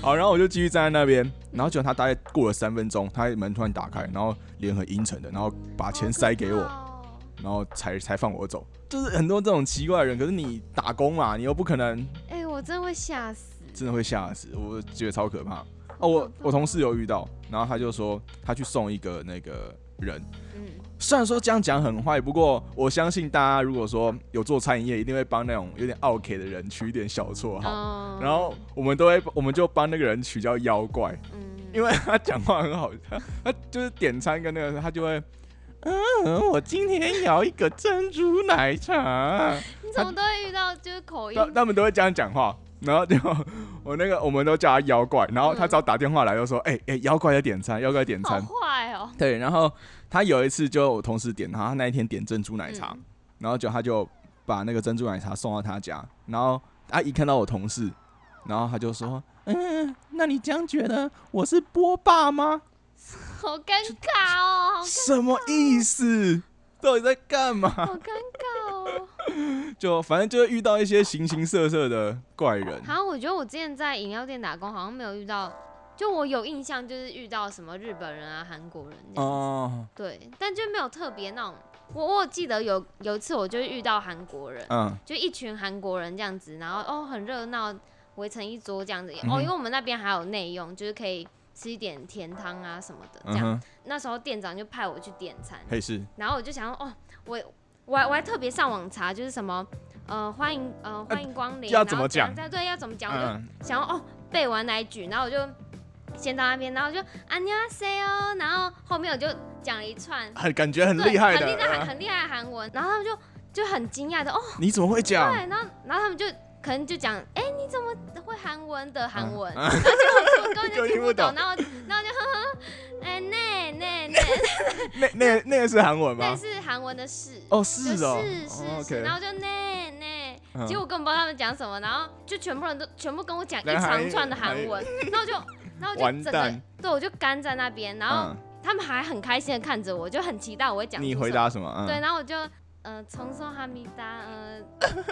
[SPEAKER 1] 好，然后我就继续站在那边，然后结果他大概过了三分钟，他门突然打开，然后脸很阴沉的，然后把钱塞给我，
[SPEAKER 2] 好可怕哦
[SPEAKER 1] 然后才才放我走。就是很多这种奇怪的人，可是你打工嘛，你又不可能
[SPEAKER 2] 哎，我真的会吓死。
[SPEAKER 1] 真的会吓死，我觉得超可怕。
[SPEAKER 2] 好
[SPEAKER 1] 哦，我
[SPEAKER 2] 可怕
[SPEAKER 1] 我同事有遇到，然后他就说他去送一个那个人，
[SPEAKER 2] 嗯，
[SPEAKER 1] 虽然说这样讲很坏，不过我相信大家如果说有做餐饮业，一定会帮那种有点 OK 的人取一点小绰号。
[SPEAKER 2] 哦
[SPEAKER 1] 然后我们都会，我们就帮那个人取叫妖怪，
[SPEAKER 2] 嗯，
[SPEAKER 1] 因为他讲话很好，他他就是点餐跟那个他就会，嗯，我今天要一个珍珠奶茶，
[SPEAKER 2] 你怎么都会遇到就是口音
[SPEAKER 1] 他他们都会这样讲话，然后就我那个我们都叫他妖怪，然后他只要打电话来就说，哎、哎、妖怪在点餐，妖怪在点
[SPEAKER 2] 好
[SPEAKER 1] 餐，
[SPEAKER 2] 坏嗯哦，
[SPEAKER 1] 对，然后他有一次就我同事点他，他那一天点珍珠奶茶，
[SPEAKER 2] 嗯
[SPEAKER 1] 然后就他就把那个珍珠奶茶送到他家，然后他一看到我同事，然后他就说：“嗯，那你这样觉得我是波霸吗？
[SPEAKER 2] 好尴尬哦，好
[SPEAKER 1] 什么意思？到底在干嘛
[SPEAKER 2] 好尴尬哦。？”
[SPEAKER 1] 就反正就会遇到一些形形色色的怪人，
[SPEAKER 2] 好像我觉得我之前在饮料店打工，好像没有遇到，就我有印象就是遇到什么日本人啊、韩国人这样子
[SPEAKER 1] 哦，
[SPEAKER 2] 对，但就没有特别那种。我我有记得有有一次我就遇到韩国人，
[SPEAKER 1] 嗯
[SPEAKER 2] 就一群韩国人这样子，然后哦很热闹，围成一桌这样子。
[SPEAKER 1] 嗯
[SPEAKER 2] 哦，
[SPEAKER 1] 哼
[SPEAKER 2] 因为我们那边还有内用，就是可以吃一点甜汤啊什么的这
[SPEAKER 1] 嗯
[SPEAKER 2] 样。
[SPEAKER 1] 哼，
[SPEAKER 2] 那时候店长就派我去点餐，
[SPEAKER 1] 嘿是，
[SPEAKER 2] 然后我就想说哦，我我还我还特别上网查，就是什么呃欢迎呃欢迎光临，
[SPEAKER 1] 要
[SPEAKER 2] 然
[SPEAKER 1] 怎
[SPEAKER 2] 后
[SPEAKER 1] 么
[SPEAKER 2] 怎样
[SPEAKER 1] 讲
[SPEAKER 2] 怎样对，要怎么讲？我就
[SPEAKER 1] 嗯
[SPEAKER 2] 想要哦背完那一句，然后我就先到那边，然后我就안녕하세요，然哦后后面我就讲了一串
[SPEAKER 1] 很感觉很
[SPEAKER 2] 对
[SPEAKER 1] 厉害的，
[SPEAKER 2] 很厉害、
[SPEAKER 1] 嗯
[SPEAKER 2] 很厉害的韩文，然后他们就就很惊讶的哦，
[SPEAKER 1] 你怎么会
[SPEAKER 2] 对，
[SPEAKER 1] 讲？
[SPEAKER 2] 然后然后他们就可能就讲，哎、你怎么会韩文的韩文？
[SPEAKER 1] 嗯嗯
[SPEAKER 2] 然后结果我根本
[SPEAKER 1] 就
[SPEAKER 2] 就
[SPEAKER 1] 听
[SPEAKER 2] 听
[SPEAKER 1] 不
[SPEAKER 2] 不
[SPEAKER 1] 懂
[SPEAKER 2] 懂，然后然后就 呵呵，哎、那那那
[SPEAKER 1] 那那那个是韩文
[SPEAKER 2] 那
[SPEAKER 1] 吗？
[SPEAKER 2] 是韩文的是。
[SPEAKER 1] 哦，
[SPEAKER 2] 就是
[SPEAKER 1] 哦，
[SPEAKER 2] 是是
[SPEAKER 1] 哦
[SPEAKER 2] 是，
[SPEAKER 1] ，OK，
[SPEAKER 2] 然后就那那，
[SPEAKER 1] 嗯
[SPEAKER 2] 结果我根本不知道他们讲什么，然后就全部人都全部跟我讲一
[SPEAKER 1] 来
[SPEAKER 2] 长
[SPEAKER 1] 韩
[SPEAKER 2] 串的韩
[SPEAKER 1] 来
[SPEAKER 2] 文，然后就然后我就
[SPEAKER 1] 完
[SPEAKER 2] 整个
[SPEAKER 1] 蛋
[SPEAKER 2] 对我就干在那边，然后
[SPEAKER 1] 嗯
[SPEAKER 2] 他们还很开心的看着我，就很期待我会讲出
[SPEAKER 1] 你
[SPEAKER 2] 什
[SPEAKER 1] 回
[SPEAKER 2] 么
[SPEAKER 1] 答什么？嗯
[SPEAKER 2] 对，然后我就呃，从松哈密达，呃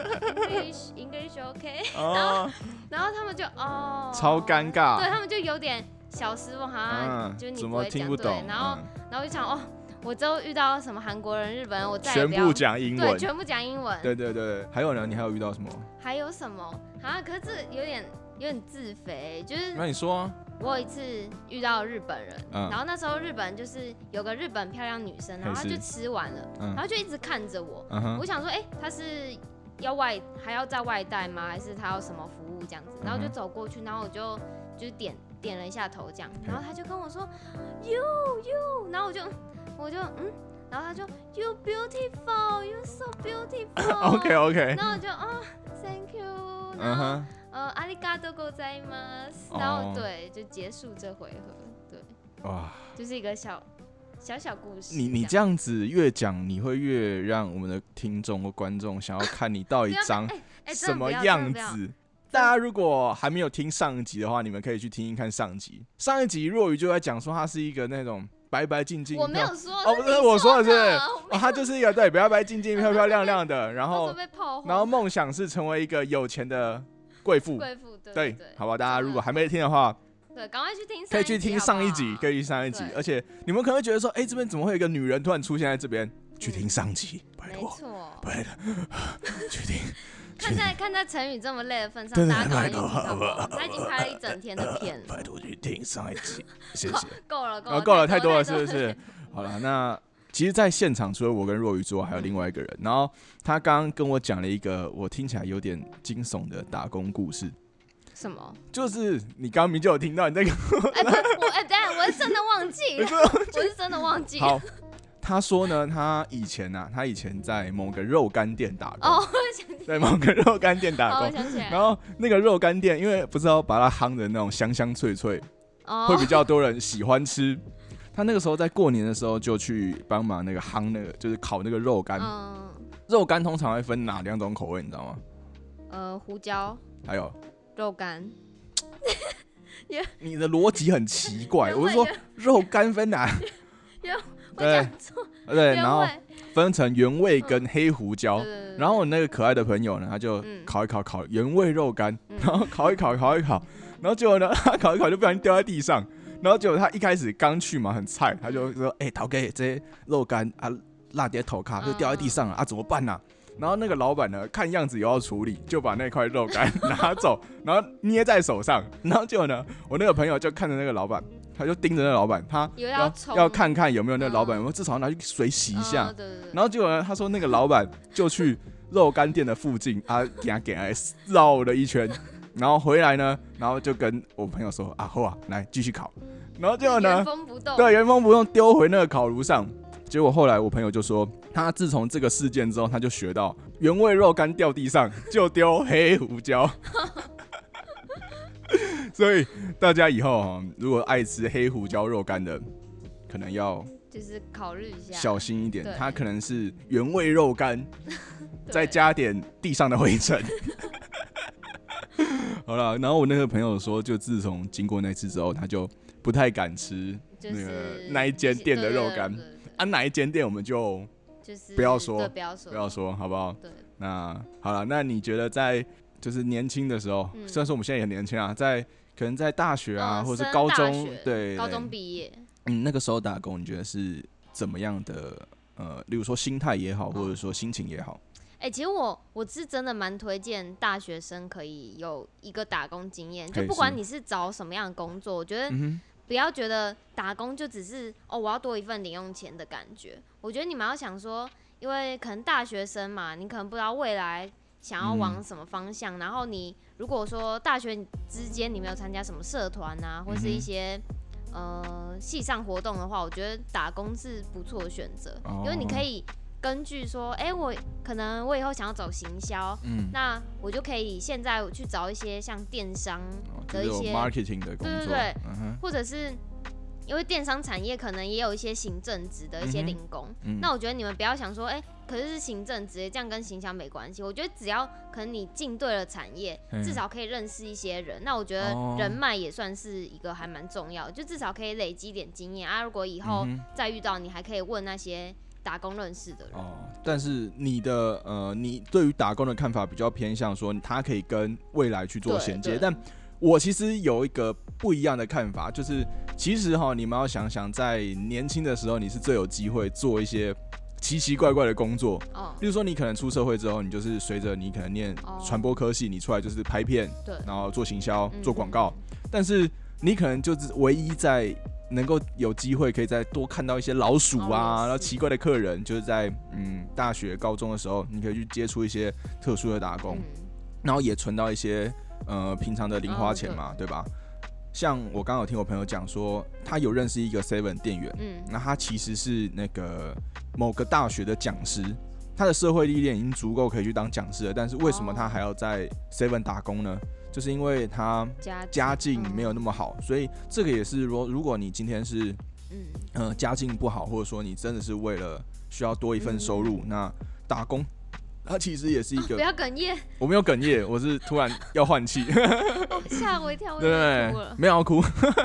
[SPEAKER 2] ，English English OK，
[SPEAKER 1] 哦，
[SPEAKER 2] 然后他们就哦，
[SPEAKER 1] 超尴尬。
[SPEAKER 2] 对他们就有点小失望，好像、
[SPEAKER 1] 嗯，
[SPEAKER 2] 啊就是你
[SPEAKER 1] 怎
[SPEAKER 2] 不
[SPEAKER 1] 么
[SPEAKER 2] 会
[SPEAKER 1] 听
[SPEAKER 2] 讲
[SPEAKER 1] 不
[SPEAKER 2] 对
[SPEAKER 1] 懂？嗯啊
[SPEAKER 2] 然后、然后我就想哦，我之后遇到什么韩国人、日本人，我
[SPEAKER 1] 嗯
[SPEAKER 2] 再也
[SPEAKER 1] 全
[SPEAKER 2] 不
[SPEAKER 1] 部
[SPEAKER 2] 要
[SPEAKER 1] 讲英
[SPEAKER 2] 对
[SPEAKER 1] 文。
[SPEAKER 2] 全部讲英文，
[SPEAKER 1] 对对对，还有呢？你还有遇到什么？
[SPEAKER 2] 还有什么？好像可是这有点有点自肥，就是
[SPEAKER 1] 那你说啊，
[SPEAKER 2] 我有一次遇到日本人，
[SPEAKER 1] 嗯
[SPEAKER 2] 然后那时候日本就是有个日本漂亮女生，然后她
[SPEAKER 1] 嘿
[SPEAKER 2] 就是吃完了，
[SPEAKER 1] 嗯
[SPEAKER 2] 然后就一直看着我，
[SPEAKER 1] 嗯哼
[SPEAKER 2] 我，想说，哎、他是要外还要在外带吗？还是他要什么服务这样子？然后就
[SPEAKER 1] 嗯哼
[SPEAKER 2] 走过去，然后我就就是点点了一下头这样，
[SPEAKER 1] 嘿
[SPEAKER 2] 然后他就跟我说，you you，然后我就我就嗯，然后他就 you beautiful，you so beautiful 。
[SPEAKER 1] OK OK，
[SPEAKER 2] 然后我就啊、t h a n k you，然
[SPEAKER 1] 哎嗯
[SPEAKER 2] 后、
[SPEAKER 1] 哼，
[SPEAKER 2] 呃，阿里嘎多ございます，
[SPEAKER 1] 哦
[SPEAKER 2] 然后、对，就结束这回合，对，
[SPEAKER 1] 哇，
[SPEAKER 2] 就是一个小小小故事。
[SPEAKER 1] 你你这
[SPEAKER 2] 样
[SPEAKER 1] 样子越讲，你会越让我们的听众或观众想要看你到底长
[SPEAKER 2] 哎哎真
[SPEAKER 1] 什
[SPEAKER 2] 的不
[SPEAKER 1] 么
[SPEAKER 2] 要真的
[SPEAKER 1] 样
[SPEAKER 2] 不要
[SPEAKER 1] 子。大家如果还没有听上一集的话，你们可以去听一看上一集。上一集若雨就在讲说他是一个那种白白净净，
[SPEAKER 2] 我没有说，
[SPEAKER 1] 哦，不是
[SPEAKER 2] 你
[SPEAKER 1] 我说的
[SPEAKER 2] 的
[SPEAKER 1] 是，哦，他就是一个对白白净 净、漂漂亮亮的，然
[SPEAKER 2] 到时候
[SPEAKER 1] 后
[SPEAKER 2] 被炮轰
[SPEAKER 1] 然后梦想是成为一个有钱的贵妇，
[SPEAKER 2] 贵妇对
[SPEAKER 1] 对
[SPEAKER 2] 对，，
[SPEAKER 1] 好吧，大家如果还
[SPEAKER 2] 真
[SPEAKER 1] 没听的话，
[SPEAKER 2] 的对，赶快去听，
[SPEAKER 1] 可以去听上一集，可
[SPEAKER 2] 以
[SPEAKER 1] 以去上一集
[SPEAKER 2] 对，
[SPEAKER 1] 而且你们可能会觉得说，哎，这边怎么会有一个女人突然出现在这边？去听上集，拜
[SPEAKER 2] 没
[SPEAKER 1] 托，
[SPEAKER 2] 错。
[SPEAKER 1] 拜托，去听，
[SPEAKER 2] 看在看在陈宇这么累的份
[SPEAKER 1] 对
[SPEAKER 2] 上，
[SPEAKER 1] 对
[SPEAKER 2] 大家赶快去听
[SPEAKER 1] 拜
[SPEAKER 2] 好不
[SPEAKER 1] 托
[SPEAKER 2] 好？他已经拍了一整天
[SPEAKER 1] 呃
[SPEAKER 2] 的片了，
[SPEAKER 1] 拜托去听上一集，谢谢。
[SPEAKER 2] 够了够
[SPEAKER 1] 然后
[SPEAKER 2] 了
[SPEAKER 1] 哦够了，太
[SPEAKER 2] 太
[SPEAKER 1] 多
[SPEAKER 2] 多
[SPEAKER 1] 了，是不
[SPEAKER 2] 了？
[SPEAKER 1] 是？好了，那其实，在现场除了我跟若愚之外，还有另外一个人。然后他刚刚跟我讲了一个我听起来有点惊悚的打工故事，
[SPEAKER 2] 什么？
[SPEAKER 1] 就是你刚刚明就有听到你在跟
[SPEAKER 2] 哎、不是我哎、等一下我是真的忘记了，我是真的忘记了。
[SPEAKER 1] 好。他说呢，他以前啊，他以前在某个肉干店打工，
[SPEAKER 2] 哦，我想 起
[SPEAKER 1] 在某个肉干店
[SPEAKER 2] 来，
[SPEAKER 1] 打
[SPEAKER 2] 好，我
[SPEAKER 1] 工。
[SPEAKER 2] 想起来
[SPEAKER 1] 然
[SPEAKER 2] 了，
[SPEAKER 1] 后那个肉干店，因为不是要把它夯的那种香香脆脆，会
[SPEAKER 2] 哦
[SPEAKER 1] 比较多人喜欢吃。他那个时候在过年的时候就去帮忙那个夯那个，就是烤那个肉干。
[SPEAKER 2] 嗯
[SPEAKER 1] 肉干通常会分哪两种口味，你知道吗？
[SPEAKER 2] 呃，胡椒
[SPEAKER 1] 还有
[SPEAKER 2] 肉干，
[SPEAKER 1] 你的逻辑很奇怪，
[SPEAKER 2] 原味
[SPEAKER 1] 我是说肉干分 哪？
[SPEAKER 2] 我
[SPEAKER 1] 对
[SPEAKER 2] 讲错，
[SPEAKER 1] 对，
[SPEAKER 2] 原
[SPEAKER 1] 然后
[SPEAKER 2] 味嗯
[SPEAKER 1] 分成原味跟黑胡椒
[SPEAKER 2] 对。对对
[SPEAKER 1] 然后我那个可爱的朋友呢，他就
[SPEAKER 2] 嗯
[SPEAKER 1] 烤一烤烤原味肉干，
[SPEAKER 2] 嗯
[SPEAKER 1] 然后烤一烤烤一烤，然后结果呢，他烤一烤就不小心掉在地上，然后结果他一开始刚去嘛，很菜，他就说：“哎、陶哥，这些肉干啊，辣点头卡就掉在地上了啊，怎么办呢、然后那个老板呢，看样子有要处理，就把那块肉干拿走，然后捏在手上，然后结果呢，我那个朋友就看着那个老板，他就盯着那个老板，他
[SPEAKER 2] 有要
[SPEAKER 1] 要
[SPEAKER 2] 冲
[SPEAKER 1] 要看看有没有那个老板
[SPEAKER 2] 嗯
[SPEAKER 1] 有没有至少拿去水洗一下
[SPEAKER 2] 嗯，对对对，
[SPEAKER 1] 然后结果呢，他说那个老板就去肉干店的附近啊，给他给他绕了一圈，然后回来呢，然后就跟我朋友说啊，后啊，来继续烤。然后结果
[SPEAKER 2] 原
[SPEAKER 1] 呢，
[SPEAKER 2] 封不动，
[SPEAKER 1] 对，原封不动丢回那个烤炉上。结果后来我朋友就说，他自从这个事件之后，他就学到原味肉干掉地上就丢黑胡椒。 所以大家以后哦如果爱吃黑胡椒肉干的，可能要
[SPEAKER 2] 就是考虑一下，
[SPEAKER 1] 小心一点
[SPEAKER 2] 对，
[SPEAKER 1] 它可能是原味肉干，
[SPEAKER 2] 对
[SPEAKER 1] 再加点地上的灰尘。 好了，然后我那个朋友说，就自从经过那次之后，他就不太敢吃
[SPEAKER 2] 就是
[SPEAKER 1] 那个那一间店的肉干
[SPEAKER 2] 对对对对
[SPEAKER 1] 啊。哪一间店我们就
[SPEAKER 2] 就是
[SPEAKER 1] 不要说
[SPEAKER 2] 对不要说，
[SPEAKER 1] 不要说，好不好？
[SPEAKER 2] 对，
[SPEAKER 1] 那好了，那你觉得在就是年轻的时候，
[SPEAKER 2] 嗯
[SPEAKER 1] 虽然说我们现在也很年轻啊，在可能在大学啊，
[SPEAKER 2] 嗯
[SPEAKER 1] 或者是
[SPEAKER 2] 升
[SPEAKER 1] 高
[SPEAKER 2] 大
[SPEAKER 1] 中
[SPEAKER 2] 学，
[SPEAKER 1] 对，
[SPEAKER 2] 高
[SPEAKER 1] 对
[SPEAKER 2] 中毕业，
[SPEAKER 1] 嗯，那个时候打工，你觉得是怎么样的？呃，例如说心态也好，
[SPEAKER 2] 哦
[SPEAKER 1] 或者说心情也好，
[SPEAKER 2] 哎、其实我我是真的蛮推荐大学生可以有一个打工经验，就
[SPEAKER 1] 嘿
[SPEAKER 2] 不管
[SPEAKER 1] 是
[SPEAKER 2] 你是找什么样的工作，我觉得
[SPEAKER 1] 嗯哼。
[SPEAKER 2] 不要觉得打工就只是哦我要多一份零用钱的感觉。我觉得你们要想说，因为可能大学生嘛，你可能不知道未来想要
[SPEAKER 1] 嗯
[SPEAKER 2] 往什么方向，然后你如果说大学之间你没有参加什么社团啊，或是
[SPEAKER 1] 嗯
[SPEAKER 2] 一
[SPEAKER 1] 哼
[SPEAKER 2] 些。呃，系上活动的话，我觉得打工是不错的选择，因为你可
[SPEAKER 1] 哦
[SPEAKER 2] 以根据说，哎、我可能我以后想要走行销，
[SPEAKER 1] 嗯
[SPEAKER 2] 那我就可以现在去找一些像电商
[SPEAKER 1] 哦就
[SPEAKER 2] 的
[SPEAKER 1] 是
[SPEAKER 2] 一
[SPEAKER 1] 有
[SPEAKER 2] 些
[SPEAKER 1] marketing 的工
[SPEAKER 2] 对
[SPEAKER 1] 作，
[SPEAKER 2] 对对
[SPEAKER 1] 嗯哼，
[SPEAKER 2] 或者是因为电商产业可能也有一些行政职的一
[SPEAKER 1] 嗯
[SPEAKER 2] 些
[SPEAKER 1] 哼
[SPEAKER 2] 零工，
[SPEAKER 1] 嗯
[SPEAKER 2] 那我觉得你们不要想说，哎、可是是行政职业，这样跟行销没关系。我觉得只要可能你进对了产业，
[SPEAKER 1] 嗯
[SPEAKER 2] 至少可以认识一些人。那我觉得
[SPEAKER 1] 哦
[SPEAKER 2] 人脉也算是一个还蛮重要的，就至少可以累积一点经验啊。如果以
[SPEAKER 1] 以
[SPEAKER 2] 后再遇到，你还可以问那些打工认识的人。
[SPEAKER 1] 哦，但是你的呃，你对于打工的看法比较偏向说，它可以跟未来去做
[SPEAKER 2] 对
[SPEAKER 1] 衔接
[SPEAKER 2] 对。
[SPEAKER 1] 但我其实有一个不一样的看法，就是其实哈，你们要想想，在年轻的时候，你是最有机会做一些奇奇怪怪的工作。
[SPEAKER 2] 哦，
[SPEAKER 1] 例如说，你可能出社会之后，你就是随着你可能念
[SPEAKER 2] 哦
[SPEAKER 1] 传播科系，你出来就是拍片，
[SPEAKER 2] 对，
[SPEAKER 1] 然后做行销、
[SPEAKER 2] 嗯
[SPEAKER 1] 做广告，但是你可能就是唯一在能够有机会可以再多看到一些老鼠
[SPEAKER 2] 哦
[SPEAKER 1] 啊，
[SPEAKER 2] 也是
[SPEAKER 1] 然后奇怪的客人，就是在嗯大学、高中的时候，你可以去接触一些特殊的打工，
[SPEAKER 2] 嗯
[SPEAKER 1] 然后也存到一些呃平常的零花钱
[SPEAKER 2] 哦对
[SPEAKER 1] 嘛，对吧？像我刚刚有听我朋友讲说，他有认识一个 Seven 店员，
[SPEAKER 2] 嗯
[SPEAKER 1] 那他其实是那个某个大学的讲师，他的社会历练已经足够可以去当讲师了，但是为什么
[SPEAKER 2] 哦
[SPEAKER 1] 他还要在 Seven 打工呢？就是因为他
[SPEAKER 2] 家啊
[SPEAKER 1] 家境
[SPEAKER 2] 嗯
[SPEAKER 1] 没有那么好，所以这个也是如果如果你今天是
[SPEAKER 2] 嗯
[SPEAKER 1] 呃家境不好，或者说你真的是为了需要多一份收入，那打工它其实也是一
[SPEAKER 2] 嗯啊不
[SPEAKER 1] 个，
[SPEAKER 2] 要哽咽，
[SPEAKER 1] 我没有哽咽，我是突然要换气。
[SPEAKER 2] 吓我一跳，我
[SPEAKER 1] 对
[SPEAKER 2] 以
[SPEAKER 1] 不对
[SPEAKER 2] 为哭了，。
[SPEAKER 1] 没有要哭。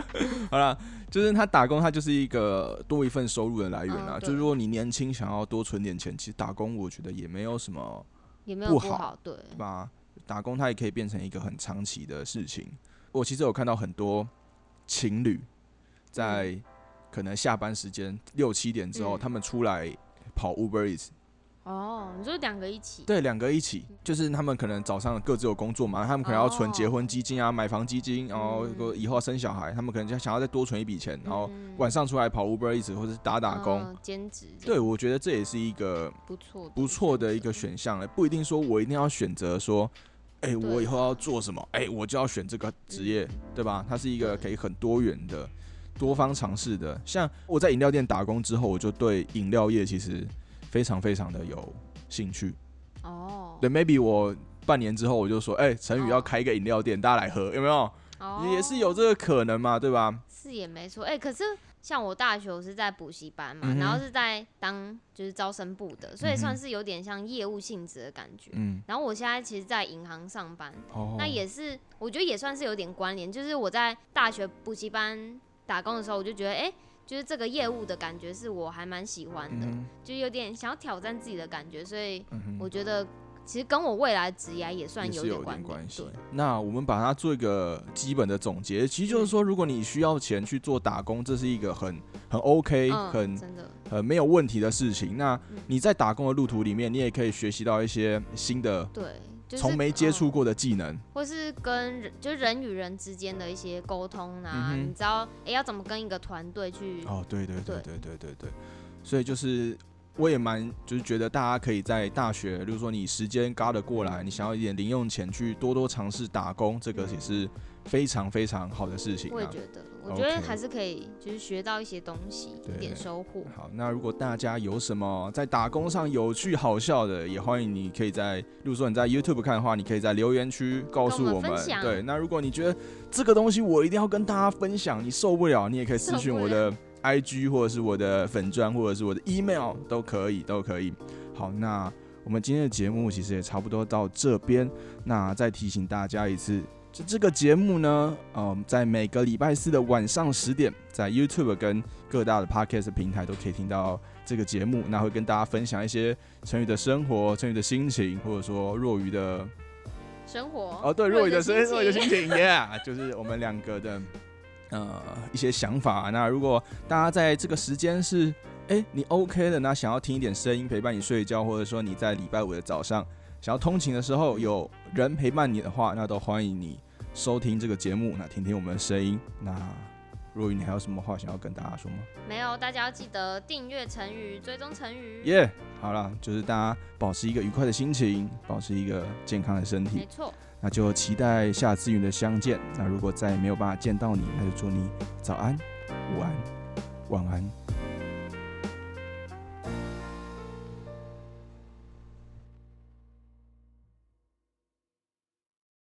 [SPEAKER 1] 好了，就是他打工，他就是一个多一份收入的来源啊。
[SPEAKER 2] 嗯对
[SPEAKER 1] 就是如果你年轻想要多存点钱，其实打工我觉得也没有什么
[SPEAKER 2] 也没有
[SPEAKER 1] 不
[SPEAKER 2] 不
[SPEAKER 1] 好
[SPEAKER 2] 好，对，
[SPEAKER 1] 吧。打工它也可以变成一个很长期的事情。我其实有看到很多情侣在可能下班时间六七点之后，
[SPEAKER 2] 嗯
[SPEAKER 1] 他们出来跑 Uber Eats，
[SPEAKER 2] 哦，你说两个一起？
[SPEAKER 1] 对，两个一起，就是他们可能早上各自有工作嘛，他们可能要存
[SPEAKER 2] 嗯哦
[SPEAKER 1] 结婚基金啊、买房基金，然后
[SPEAKER 2] 嗯
[SPEAKER 1] 如果以后要生小孩，他们可能就想要再多存一笔钱，然后
[SPEAKER 2] 嗯
[SPEAKER 1] 晚上出来跑 Uber 一直或者是打打工。
[SPEAKER 2] 嗯兼职，
[SPEAKER 1] 对，，我觉得这也是一个
[SPEAKER 2] 不错，
[SPEAKER 1] 不错的一个选项了，不一定说我一定要选择说，哎、
[SPEAKER 2] 对
[SPEAKER 1] 我以后要做什么，哎、我就要选这个职业，对吧？它是一个
[SPEAKER 2] 对
[SPEAKER 1] 可以很多元的、多方尝试的。像我在饮料店打工之后，我就对饮料业其实非常非常的有兴趣。
[SPEAKER 2] 哦，
[SPEAKER 1] 对，maybe 我半年之后我就说，哎、陈宇要
[SPEAKER 2] 哦
[SPEAKER 1] 开一个饮料店，大家来喝，有没有？
[SPEAKER 2] 哦，
[SPEAKER 1] 也是有这个可能嘛，对吧？
[SPEAKER 2] 是也没错，哎、可是像我大学我是在补习班嘛，
[SPEAKER 1] 嗯哼
[SPEAKER 2] 然后是在当就是招生部的，所以
[SPEAKER 1] 嗯
[SPEAKER 2] 算
[SPEAKER 1] 哼
[SPEAKER 2] 是有点像业务性质的感觉。
[SPEAKER 1] 嗯，
[SPEAKER 2] 然后我现在其实，在银行上班，
[SPEAKER 1] 哦，
[SPEAKER 2] 那也是我觉得也算是有点关联，就是我在大学补习班打工的时候，我就觉得哎、就是这个业务的感觉是我还蛮喜欢的，
[SPEAKER 1] 嗯
[SPEAKER 2] 就有点想要挑战自己的感觉，所以
[SPEAKER 1] 哼，嗯哼
[SPEAKER 2] 我觉得其实跟我未来的职业也算
[SPEAKER 1] 也
[SPEAKER 2] 有
[SPEAKER 1] 是有
[SPEAKER 2] 关
[SPEAKER 1] 点
[SPEAKER 2] 联
[SPEAKER 1] 关系
[SPEAKER 2] 对。
[SPEAKER 1] 那我们把它做一个基本的总结，其实
[SPEAKER 2] 嗯
[SPEAKER 1] 就是说，如果你需要钱去做打工，这是一个很很 OK、
[SPEAKER 2] 嗯，
[SPEAKER 1] 很
[SPEAKER 2] 真的，
[SPEAKER 1] 很没有问题的事情。那
[SPEAKER 2] 嗯
[SPEAKER 1] 你在打工的路途里面，你也可以学习到一些新的。
[SPEAKER 2] 对，就是
[SPEAKER 1] 从没接
[SPEAKER 2] 嗯
[SPEAKER 1] 触过的技能，
[SPEAKER 2] 或是跟人就人与人之间的一些沟通啊，
[SPEAKER 1] 嗯哼
[SPEAKER 2] 你知道哎、诶要怎么跟一个团队去、
[SPEAKER 1] 哦，对对对
[SPEAKER 2] 嗯对
[SPEAKER 1] 对对对对，所以就是我也蛮就是觉得大家可以在大学，比如说你时间嘎得过来，你想要一点零用钱去多多尝试打工，这个也是非常非常好的事情、啊。
[SPEAKER 2] 我也觉得，我觉得
[SPEAKER 1] OK
[SPEAKER 2] 还是可以就是学到一些东西，
[SPEAKER 1] 对
[SPEAKER 2] 一点收获。
[SPEAKER 1] 好，那如果大家有什么在打工上有趣好笑的，也欢迎你可以在，例如说你在 YouTube 看的话，你可以在留言区告诉
[SPEAKER 2] 跟
[SPEAKER 1] 我
[SPEAKER 2] 我们
[SPEAKER 1] 们
[SPEAKER 2] 分。享
[SPEAKER 1] 对，那如果你觉得这个东西我一定要跟大家分享，你受不了，你也可以私讯
[SPEAKER 2] 受不了
[SPEAKER 1] 我的 IG 或者是我的粉砖或者是我的 email 都可以，都可以。好，那我们今天的节目其实也差不多到这边，那再提醒大家一次，这这个节目呢，呃，在每个礼拜四的晚上十点，在 YouTube 跟各大的 Podcast 平台都可以听到这个节目。那会跟大家分享一些成语的生活、成语的心情，或者说若愚的
[SPEAKER 2] 生活
[SPEAKER 1] 哦，对，若愚的
[SPEAKER 2] 心
[SPEAKER 1] 生，若愚的
[SPEAKER 2] 情
[SPEAKER 1] 心情，Yeah，就是 我们两个的呃一些想法。啊那如果大家在这个时间是哎你 OK 的，那想要听一点声音陪伴你睡觉，或者说你在礼拜五的早上想要通勤的时候有人陪伴你的话，那都欢迎你收听这个节目，那听听我们的声音。那若愚，你还有什么话想要跟大家说吗？
[SPEAKER 2] 没有，大家要记得订阅成语，追踪成语。
[SPEAKER 1] 耶、好了，就是大家保持一个愉快的心情，保持一个健康的身体
[SPEAKER 2] 没。错，
[SPEAKER 1] 那就期待下次与你的相见。那如果再没有办法见到你，那就祝你早安、午安、晚安，